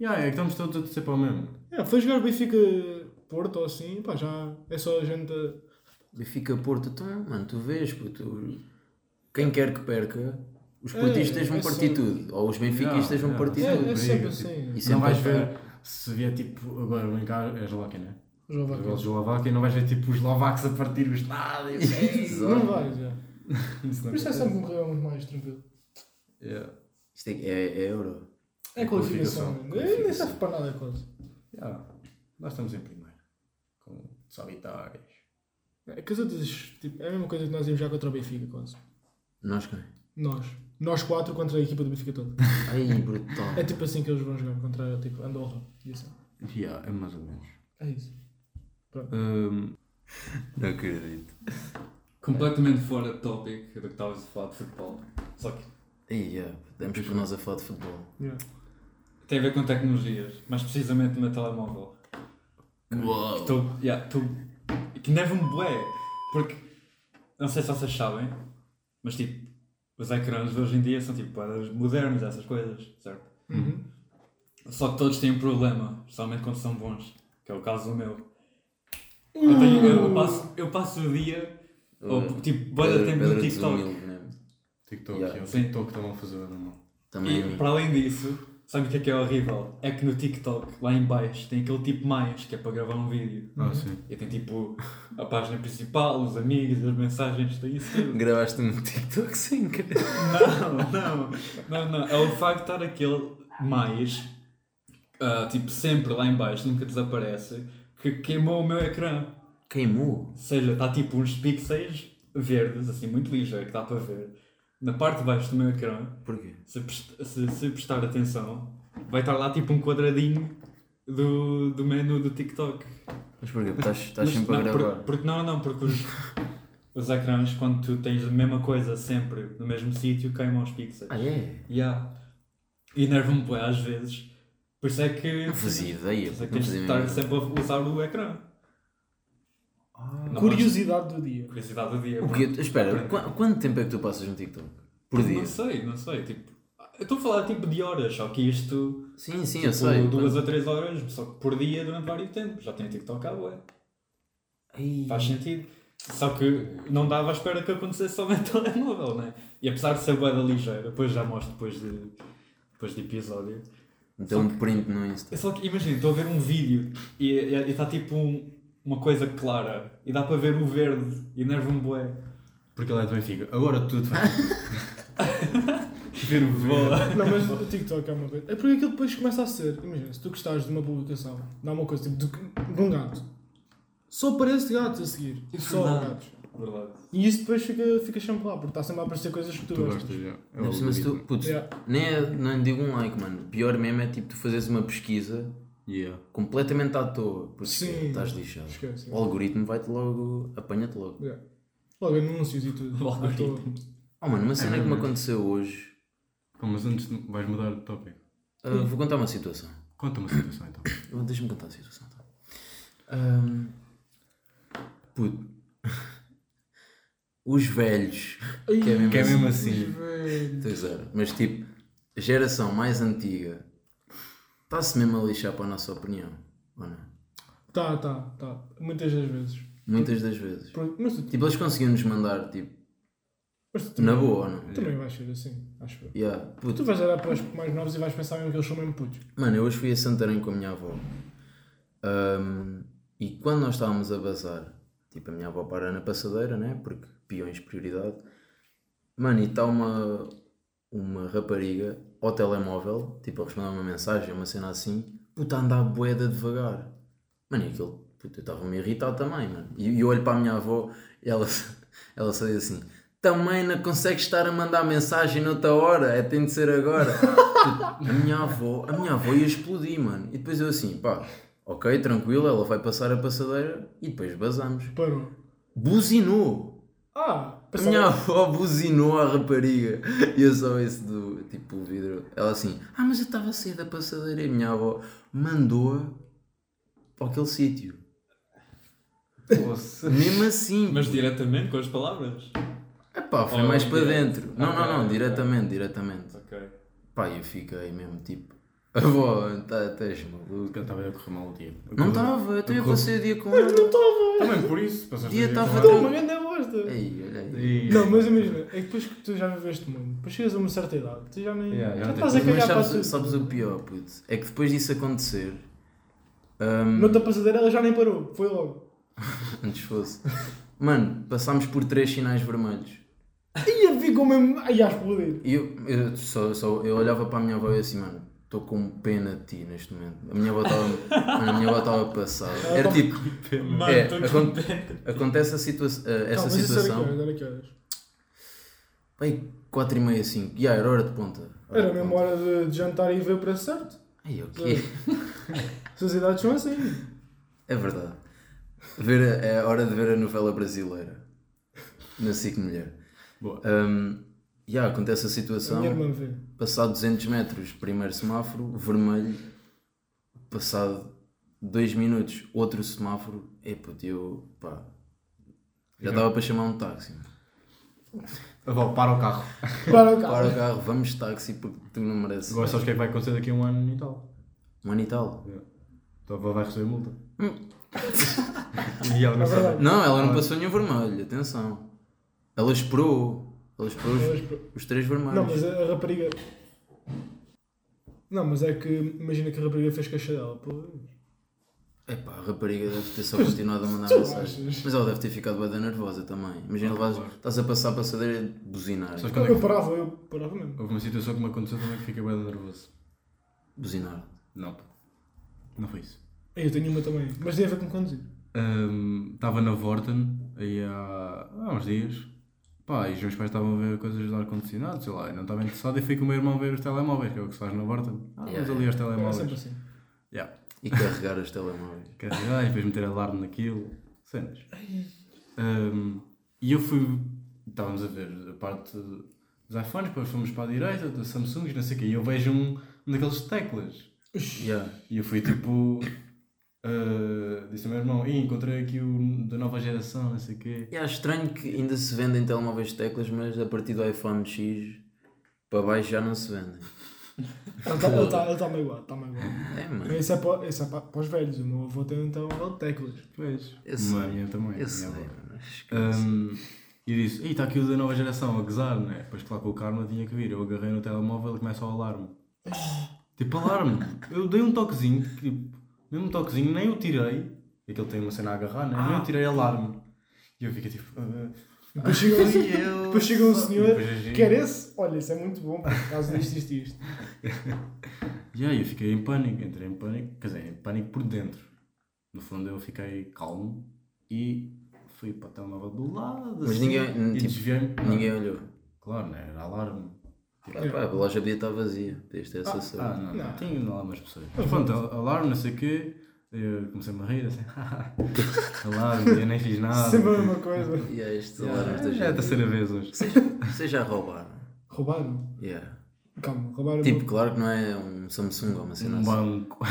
S2: Yeah, é que estamos todos a torcer para o mesmo.
S4: É, foi jogar Benfica Porto ou assim, pá, já é só a gente. a-
S1: Benfica Porto, tu, mano, tu vês, puto, quem quer que perca, os portistas vão
S4: é só-
S1: partir tudo, ou os benfiquistas vão
S2: Yeah,
S1: partir
S2: yeah.
S4: É,
S1: tudo.
S4: é sempre
S2: Tipo briga,
S4: assim.
S1: E
S2: não
S1: sempre
S2: vais
S1: a-
S2: ver se vier tipo agora vem cá a Eslováquia, né?
S4: Jogo
S2: Agora a Eslováquia não vais ver tipo os eslovacos a partir o [LAUGHS] estádio.
S1: Exato.
S4: Não vai, já.
S2: [LAUGHS] Isso não
S4: Por isso é
S2: acontece.
S4: sempre um clima muito mais tranquilo.
S2: Yeah.
S1: Isto é, é, é euro.
S4: É
S2: qualificação,
S4: qualificação. mano.
S2: qualificação.
S4: Nem serve para nada quase.
S2: Yeah. Nós estamos em primeiro. Com só vitórias.
S4: É que as outras, tipo, é a mesma coisa que nós íamos já contra o Benfica quase.
S1: Nós quem?
S4: Nós. Nós quatro contra a equipa do Benfica toda.
S1: Ai, brutal.
S4: É tipo assim que eles vão jogar contra tipo, Andorra. E assim.
S2: Yeah, é mais ou menos.
S4: É isso.
S2: Hum,
S1: Não acredito.
S3: Completamente fora de tópico do que estavas a falar de futebol. Só que
S1: Ai, yeah, demos por nós a falar de futebol.
S4: Yeah.
S3: tem a ver com tecnologias, mais precisamente no meu telemóvel.
S5: Uau.
S3: Estou. Yeah, estou. Que neve-me bué. Porque. Não sei se vocês sabem, mas tipo. Os ecrãs de hoje em dia são tipo bué modernos, essas coisas, certo?
S4: Uhum.
S3: Só que todos têm um problema, especialmente quando são bons, que é o caso do meu. Eu, tenho- eu passo, eu passo o dia, ou tipo, bué de
S1: Pedra-
S3: tempo
S1: pedra
S3: no TikTok.
S1: desumilde, né?
S2: TikTok,
S1: Yeah,
S2: yeah,
S3: sim.
S2: TikTok estão a fazer normal.
S1: Também a
S3: E
S1: mim.
S3: para além disso, sabe o que é que é horrível? É que no TikTok, lá em baixo, tem aquele tipo mais, que é para gravar um vídeo.
S2: Ah, sim.
S3: E tem tipo a página principal, os amigos, as mensagens, tem isso
S1: [LAUGHS]
S3: tudo.
S1: Gravaste um TikTok sem querer.
S3: Não, não, não, não. É o facto de estar aquele mais, ah, tipo, sempre lá em baixo, nunca desaparece, que queimou o meu ecrã.
S1: Queimou.
S3: Ou seja, está tipo uns pixels verdes, assim, muito ligeiro, que dá para ver. Na parte de baixo do meu ecrã,
S1: Porquê?
S3: se, prest- se, se prestar atenção, vai estar lá tipo um quadradinho do, do menu do TikTok.
S1: Mas porquê? Porque Estás estás
S3: Mas
S1: sempre a
S3: não, por-
S1: gravar.
S3: porque não, não, porque os, [LAUGHS] os ecrãs, quando tu tens a mesma coisa sempre no mesmo sítio, queimam os pixels.
S1: Ah, é?
S3: Yeah. E enerva-me bué às vezes. Por isso é que.
S1: Não fazia ideia.
S3: Por isso é que
S1: não
S3: tens de
S1: fazia
S3: estar
S1: mesmo. Ah,
S3: sempre a usar o ecrã. Não
S4: Curiosidade do
S3: gosto.
S4: dia.
S3: Curiosidade do dia.
S1: O quê? Espera, qu- quanto tempo é que tu passas no TikTok? Por dia?
S3: Não sei, não sei. Tipo, eu estou a falar tipo de horas, só que isto.
S1: Sim, sim,
S3: tipo,
S1: eu sei.
S3: Duas a três horas, só que por dia durante vários tempos. Já tenho TikTok à boa.
S1: Ai,
S3: Faz sentido. Só que não dava à espera que acontecesse só no [LAUGHS] telemóvel, né? E apesar de ser boeda ligeira, depois já mostro depois de, depois de episódio.
S1: Dá um print no Insta.
S3: É só que imagina, estou a ver um vídeo e está tipo um- uma coisa clara e dá para ver o verde e nerva-me bué.
S2: Porque ele é também fica. Agora tudo [LAUGHS] faz sentido. Ver o vídeo.
S3: Boa.
S4: Não, mas o TikTok é uma coisa. É porque aquilo depois começa a ser. Imagina, se tu gostares de uma publicação, dá uma coisa tipo de, de um gato. Só aparece gatos a seguir.
S1: é
S4: Só
S3: Verdade.
S4: gatos.
S3: [LAUGHS] Verdade.
S4: E isso depois fica, fica sempre lá, porque está sempre a aparecer coisas que tu,
S2: Tu
S4: gostas.
S2: gostas, já. É o
S1: Não, mas tu,
S2: algoritmo.
S1: putz,
S4: Yeah.
S1: nem, é, nem digo um like, mano. Pior mesmo é tipo tu fazes uma pesquisa
S2: Yeah.
S1: completamente à toa. Porque
S4: Sim.
S1: estás lixado.
S4: Esquece.
S1: O algoritmo vai-te logo, apanha-te logo.
S4: Yeah. Logo anúncios e tudo.
S3: O
S4: À toa.
S3: algoritmo.
S1: Oh mano, uma cena que me
S2: mesmo.
S1: aconteceu hoje.
S2: Bom, mas antes de- vais mudar de tópico.
S1: Ah, vou contar uma situação.
S2: Conta uma situação então.
S1: Eu- Deixa-me contar a situação. Então. Ahm, puto. [LAUGHS] Os velhos. Que é mesmo,
S2: Que é mesmo
S1: assim.
S2: assim.
S4: Velho.
S1: Pois era. Mas tipo, a geração mais antiga está-se mesmo a lixar para a nossa opinião. Ou não?
S4: Tá, tá, tá. Muitas das vezes.
S1: Muitas das vezes.
S4: Por- Mas tu,
S1: Tipo, eles conseguiam nos mandar, tipo,
S4: mas tu
S1: na boa ou não?
S4: também vais ser assim, acho eu.
S1: Yeah, puto.
S4: Tu vais olhar para os mais novos e vais pensar mesmo que eles são mesmo putos.
S1: Mano, eu hoje fui a Santarém com a minha avó. Ahm, e quando nós estávamos a bazar, tipo, a minha avó para na passadeira, né? Porque peões prioridade. Mano, e está uma, uma rapariga ao telemóvel, tipo, a responder uma mensagem, uma cena assim, puta, a andar boeda devagar. Mano, e aquilo, puta, eu estava-me irritado também, mano. E e eu olho para a minha avó e ela, [LAUGHS] ela só diz assim: também não consegues estar a mandar mensagem noutra hora, é tem de ser agora. a minha avó, a minha avó ia explodir, mano. E depois eu assim, pá, ok, tranquilo, ela vai passar a passadeira e depois vazamos.
S4: Parou.
S1: Buzinou!
S4: Ah,
S1: A
S4: pensava.
S1: minha avó buzinou a rapariga e eu só esse do tipo o vidro. Ela assim, ah, mas eu estava a sair da passadeira e a minha avó mandou-a para aquele sítio. Mesmo assim.
S3: Mas diretamente com as palavras.
S1: Epá, foi
S3: Ou
S1: mais
S3: em
S1: para
S3: direto?
S1: dentro. Não, não,
S3: Ok,
S1: não,
S3: ok.
S1: diretamente, diretamente.
S3: Ok.
S1: Pá, eu fiquei mesmo tipo, avó, tá, estás
S2: Eu
S1: maluca.
S2: estava a correr mal o dia.
S1: Não estava, até eu
S2: Acabou.
S1: passei o dia com ela.
S2: Também por isso. Passaste
S1: Dia
S2: o
S1: estava
S2: com
S1: tão-
S2: ela.
S4: Uma grande bosta.
S1: Ei, olha aí.
S2: é. E-
S4: Não, mas imagina, é que depois que tu já viveste muito, depois chegas a uma certa idade, tu já nem.
S2: Yeah,
S4: já
S2: já
S4: estás a
S2: tens-
S4: cagar
S1: Mas
S4: para tudo.
S1: sabes, sabes o pior, puto? É que depois disso acontecer. hum,
S4: Noutra passadeira ela já nem parou, foi logo.
S1: Antes fosse. Mano, passámos por três sinais vermelhos.
S4: Ia ficou é mesmo. Ai, a explodir.
S1: E eu, eu, só, só, eu olhava para a minha avó e eu assim, mano, estou com pena de ti neste momento. A minha avó estava. mano, a minha avó estava passada. Era tipo.
S3: Mano,
S1: É,
S3: estou
S1: acon-
S3: contente.
S1: Acontece a situa eh,
S4: Calma,
S1: essa
S4: mas isso é né? era que horas?
S1: situação.
S4: Era que horas?
S1: Bem, 4 e meia, 5. E yeah, era hora de ponta. Hora
S4: Era
S1: de
S4: mesmo
S1: ponta.
S4: hora de, de jantar e ver o preço certo.
S1: Ai, é o quê?
S4: Essas idades são assim.
S1: É verdade. Ver a- é hora de ver a novela brasileira. Na SIC Mulher.
S2: Boa.
S1: Hum, yeah, acontece a
S4: A
S1: situação.
S4: minha irmã vê.
S1: Passado 200 metros, primeiro semáforo, vermelho. Passado dois minutos, outro semáforo, é puto, eu pá. Já estava para chamar um táxi. mano.
S2: Avó, para o carro.
S4: Para o
S1: Para
S4: carro.
S1: o carro, vamos de táxi porque tu não mereces.
S2: Agora sabes o que é que vai acontecer daqui a um ano e tal.
S1: Um ano e tal.
S2: Tua avó vai receber multa.
S1: Hum.
S2: [LAUGHS] e ela não
S4: É verdade.
S2: sabe.
S1: Não, ela não passou nenhum vermelho, atenção. Ela esperou. Ela esperou
S4: Ela
S1: os,
S4: esperou.
S1: os três vermelhos.
S4: Não, mas a, a rapariga. Não, mas é que imagina que a rapariga fez queixa dela. Pô,
S1: Epá, a rapariga deve ter só
S4: [LAUGHS]
S1: continuado a mandar mensagem.
S4: achas?
S1: Mas ela deve ter ficado bem nervosa também. Imagina, levas, estás a passar a passadeira de buzinar.
S2: Sabes quando é
S4: eu
S2: que...
S4: parava, eu parava mesmo.
S2: Houve uma situação que me aconteceu também que fiquei bem nervoso.
S1: Buzinar.
S2: Não. pô. Não foi isso.
S4: Ei, Eu tenho uma também, mas tem a ver com conduzir.
S2: Ahm, Estava Hum, na Vorten aí há, há uns dias. Pá, e os meus pais estavam a ver coisas do ar-condicionado, sei lá, e não estava interessado e fui com o meu irmão ver os telemóveis, que é o que se faz na Vorten. Ah,
S1: Yeah,
S2: vamos ali aos
S4: É sempre
S2: telemóveis.
S4: assim.
S2: Yeah.
S1: E carregar os telemóveis.
S2: carregar e depois meter alarme naquilo, cenas. Um, e eu fui, estávamos a ver a parte dos iPhones, depois fomos para a direita, da Samsung, não sei o quê, e eu vejo um, um daqueles teclas.
S1: Yeah.
S2: E eu fui tipo, uh, disse ao meu irmão, "Ih, encontrei aqui o da nova geração, não sei o quê.
S1: E é estranho que ainda se vendem telemóveis de teclas, mas a partir do iPhone X para baixo já não se vendem.
S4: Ele está tá magoado, está magoado.
S1: É, mano.
S4: Esse é, para, esse é para, para os velhos. O meu avô tem então um de teclas.
S2: Pois,
S1: Esse-
S2: não é a minha também. a
S1: Eu
S2: minha
S1: sei,
S2: avó.
S1: mano. Esquece.
S2: Um, e disse, "Ih, está aqui o da nova geração, a gozar, não é? Depois, claro, que o karma tinha que vir. Eu agarrei no telemóvel e começa o alarme. tipo, alarme. Eu dei um toquezinho, tipo, mesmo um toquezinho, nem o tirei. Aquele tem uma cena a agarrar, não é?
S1: Ah.
S2: Nem eu tirei alarme. E eu fiquei tipo... "Ah,
S4: Depois chega um-
S2: fui [LAUGHS] eu."
S4: Depois chega um
S2: Só- e
S4: senhor,
S2: depois eu-
S4: quer esse? Olha, isso é muito bom, por causa disto, isto e isto.
S2: E aí eu fiquei em pânico, entrei em pânico, quer dizer, em pânico por dentro. No fundo eu fiquei calmo e fui para a telemóvel do lado, assim,
S1: Mas ninguém-
S2: e
S1: tipo,
S2: desviei-me.
S1: Ninguém olhou.
S2: Claro, né? Era alarme.
S1: Pá, pá, a loja podia estar vazia. Podias ter essa
S2: Ah,
S1: sorte.
S2: não,
S4: Não.
S2: não. Tinha lá umas pessoas. Mas pronto, al- alarme, não sei o quê. Eu comecei-me a rir, assim, [LAUGHS] alarme, eu nem fiz nada.
S4: Sempre a mesma coisa.
S1: E é estes alarmes
S2: Ah,
S1: da
S2: Já é a
S1: gente.
S2: terceira vez hoje.
S1: Vocês já roubaram.
S4: Roubaram?
S1: Yeah.
S4: Calma, roubaram.
S1: Tipo, claro que não é um Samsung ou uma cena
S2: Um
S1: assim.
S2: banco. [LAUGHS]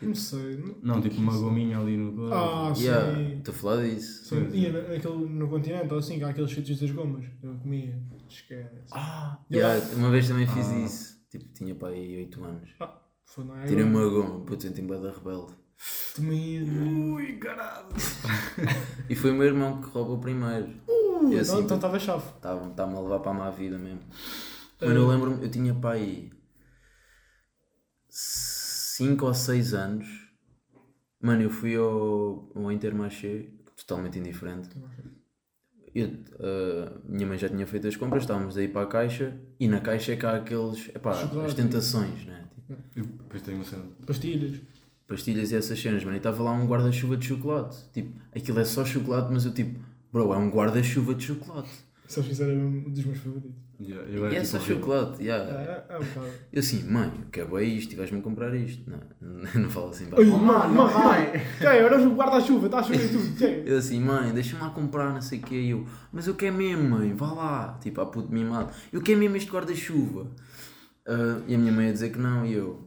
S4: Não sei. não-
S2: Não, tipo uma gominha ali no corpo.
S4: Ah,
S1: Yeah,
S4: sim.
S1: estou a falar disso.
S4: Sim, ia na- naquele, no continente, ou assim, que há aqueles sítios das gomas. Eu comia, esquece.
S1: Ah,
S4: Eu
S1: yeah,
S4: acho-
S1: uma vez também fiz
S2: Ah.
S1: isso. Tipo, tinha pá aí 8 anos.
S4: Ah, foi na
S1: Tirei
S4: água.
S1: uma goma, puto, senti-me bué da rebelde.
S4: Temido.
S2: Ui, caralho.
S1: E foi o meu irmão que roubou primeiro. E eu
S4: Então
S1: assim,
S4: então estava chave.
S1: estava-me a levar para a má vida mesmo. Mano, eu lembro-me, eu tinha pá aí 5 ou 6 anos. Mano, eu fui ao, ao Intermarché, totalmente indiferente. Eu, ah, minha mãe já tinha feito as compras, estávamos aí para a caixa e na caixa é que há aqueles, epá, as
S4: Chocolate.
S1: tentações, né? Tipo,
S2: E Depois tenho uma cena.
S4: Pastilhas.
S1: pastilhas e essas cenas, mano. E estava lá um guarda-chuva de chocolate. Tipo, aquilo é só chocolate, mas eu tipo, bro, é um guarda-chuva de chocolate.
S4: Se eles fizeram um dos meus favoritos.
S2: Yeah, eu
S1: E
S2: era
S1: é
S2: tipo
S1: só
S2: horrível.
S1: chocolate,
S4: É,
S1: yeah.
S4: é, é um bocado.
S1: Eu assim, mãe, eu quero bem isto e vais-me comprar isto. Não, não [LAUGHS] falo assim, pá.
S4: Ai, mano, mano, [LAUGHS] mano. Ei, olha o guarda-chuva, está a chover tudo. ei.
S1: [LAUGHS] Eu assim, mãe, deixa-me lá comprar, não sei o quê. E eu, mas eu quero mesmo, mãe, vá lá. Tipo, a puto mimado. Eu quero mesmo este guarda-chuva. Ah, e a minha mãe a dizer que não, e eu,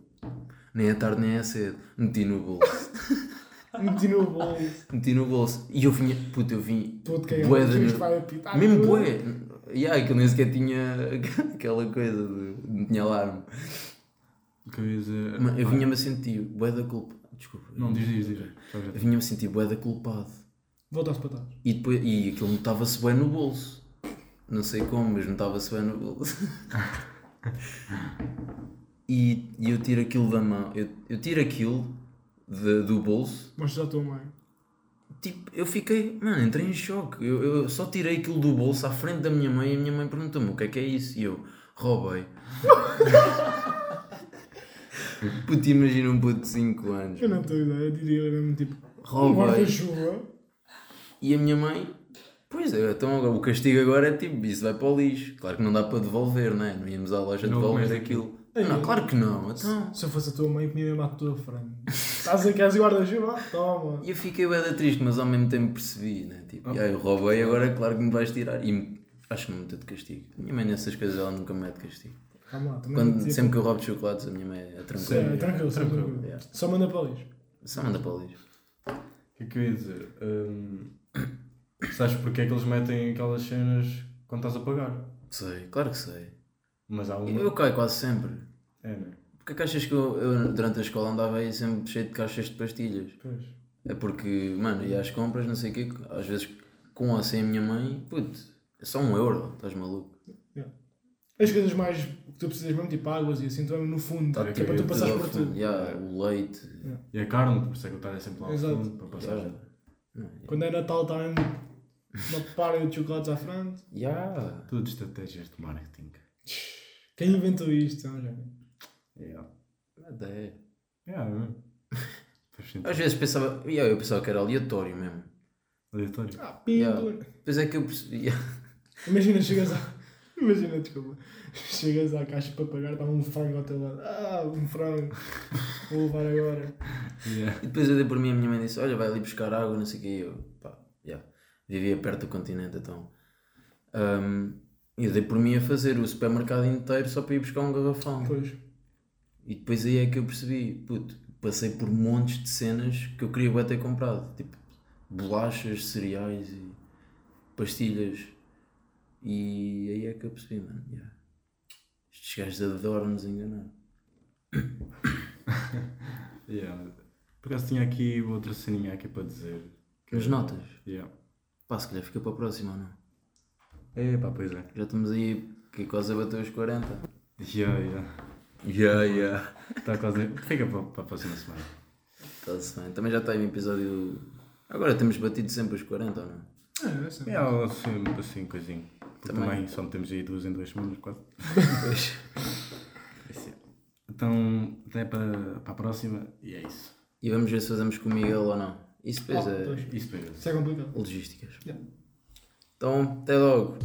S1: nem é tarde nem é cedo. Meti no bolso. [LAUGHS]
S4: Meti no bolso.
S1: Meti no bolso. E eu vinha, puto, eu vim.
S4: Todo cagado.
S1: bué de
S4: Isto
S1: nervo-
S4: vai apitar
S1: Mesmo
S4: tudo.
S1: bué. Yeah, que eu nem sequer tinha [LAUGHS] aquela coisa de. Não tinha alarme.
S2: O que eu ia dizer.
S1: Mano, eu vinha-me a sentir bué da culpa. Desculpa.
S2: Não, diz, diz, diz. Sabes, já
S1: Eu vinha-me a sentir bué da culpado.
S4: Voltaste para trás.
S1: E, depois, e aquilo notava-se bem no bolso. Não sei como, mas notava-se bem no bolso. [LAUGHS] e, e eu tiro aquilo da mão. Eu, eu tiro aquilo de- do bolso.
S4: Mostras à tua mãe.
S1: Tipo, eu fiquei. Mano, entrei em choque. Eu, eu só tirei aquilo do bolso à frente da minha mãe e a minha mãe perguntou-me o que é que é isso. E eu, roubei. [LAUGHS] puto, imagina um puto de 5 anos.
S4: Eu não tenho ideia, eu diria mesmo tipo. um
S1: Roubei.
S4: Guarda-chuva.
S1: E a minha mãe, pois é, então agora, o castigo agora é tipo, isso vai para o lixo. Claro que não dá para devolver, não é? Não íamos à loja
S2: Não
S1: devolver
S2: comes
S1: aquilo. Não, claro que não. Então.
S4: Se eu fosse a tua mãe, comia mesmo à tua frente. Estás a queres guarda-chuva? Toma.
S1: E eu fiquei bem triste, mas ao mesmo tempo percebi, né? Tipo, ah, eu roubei, agora claro que me vais tirar. E me- acho que me meteu de castigo. A minha mãe nessas coisas ela nunca me mete castigo.
S4: Calma lá, também.
S1: Quando,
S4: não te-
S1: sempre que eu roubo chocolates, a minha mãe é tranquila.
S4: É, tranquilo, tranquilo. Ah, Só manda para o lixo.
S1: Só manda para o lixo.
S2: O que é que eu ia dizer? Hum, sabes porque é que eles metem aquelas cenas quando estás a pagar?
S1: Sei, claro que sei.
S2: Mas há uma.
S1: Eu caio quase sempre.
S2: É, né?
S1: Porque é que achas que eu, eu, durante a escola andava aí sempre cheio de caixas de pastilhas?
S2: Pois.
S1: É porque, mano, ia às compras, não sei o quê, às vezes com ou sem a minha mãe, puto, é só um euro, estás maluco?
S4: As coisas mais que tu precisas mesmo, tipo águas e assim, tu é no fundo,
S2: Tá,
S4: que é para
S2: eu-
S4: tu passares
S1: Tudo ao
S4: por
S1: fundo.
S4: tudo.
S1: Yeah, o leite.
S2: E a carne, por isso é que eu estava sempre lá ao
S4: Exato.
S2: fundo, para passar.
S1: Yeah.
S4: Quando é Natal está mesmo uma parem de chocolates à frente.
S1: Yeah.
S2: Tudo estratégias de marketing.
S4: Quem inventou isto? Não, já.
S2: Yeah.
S1: Nada é.
S2: Yeah, é mesmo. [LAUGHS] Faz sentido.
S1: Às vezes pensava, yeah, eu pensava que era aleatório mesmo.
S2: Aleatório.
S4: Ah,
S1: Yeah.
S4: pílula.
S1: Depois é que eu [LAUGHS] percebi. yeah.
S4: Imagina, chegas à. [LAUGHS] Imagina, desculpa. Chegas à caixa para pagar, está um frango ao teu lado. Ah, um frango. Vou levar agora.
S2: Yeah.
S1: E depois eu dei por mim a minha mãe disse: Olha, vai ali buscar água, não sei o quê. E eu, pá, yeah. Vivia perto do continente então. Ahm, e eu dei por mim a fazer o supermercado inteiro só para ir buscar um garrafão.
S4: Pois.
S1: E depois aí é que eu percebi, puto, passei por montes de cenas que eu queria bué ter comprado, tipo bolachas, cereais e pastilhas. E aí é que eu percebi, mano, yeah. estes gajos adoram-nos enganar.
S2: Yeah. Por acaso tinha aqui outra ceninha aqui para dizer. é-
S1: As notas,
S2: Yeah.
S1: pá, se calhar fica para a próxima ou não?
S2: É, pá, pois é.
S1: Já estamos aí, que quase a bater os 40.
S2: Yeah, yeah.
S1: Yeah, yeah.
S2: Está quase. Fica para, para a próxima semana.
S1: Está-se Tá bem, também já está aí um episódio. Agora temos batido sempre os 40 ou não?
S4: É, essa.
S2: É algo assim, assim coisinho. Porque
S1: Também.
S2: também. só metemos aí duas em duas semanas, quase.
S1: Pois.
S2: [LAUGHS] Então, até para, para a próxima. E é isso.
S1: E vamos ver se fazemos com o Miguel ou não. Isso depois
S4: Oh,
S1: é.
S4: pois.
S2: Isso para eles.
S4: Isso é complicado.
S1: logísticas.
S4: Yeah.
S1: Então, até logo.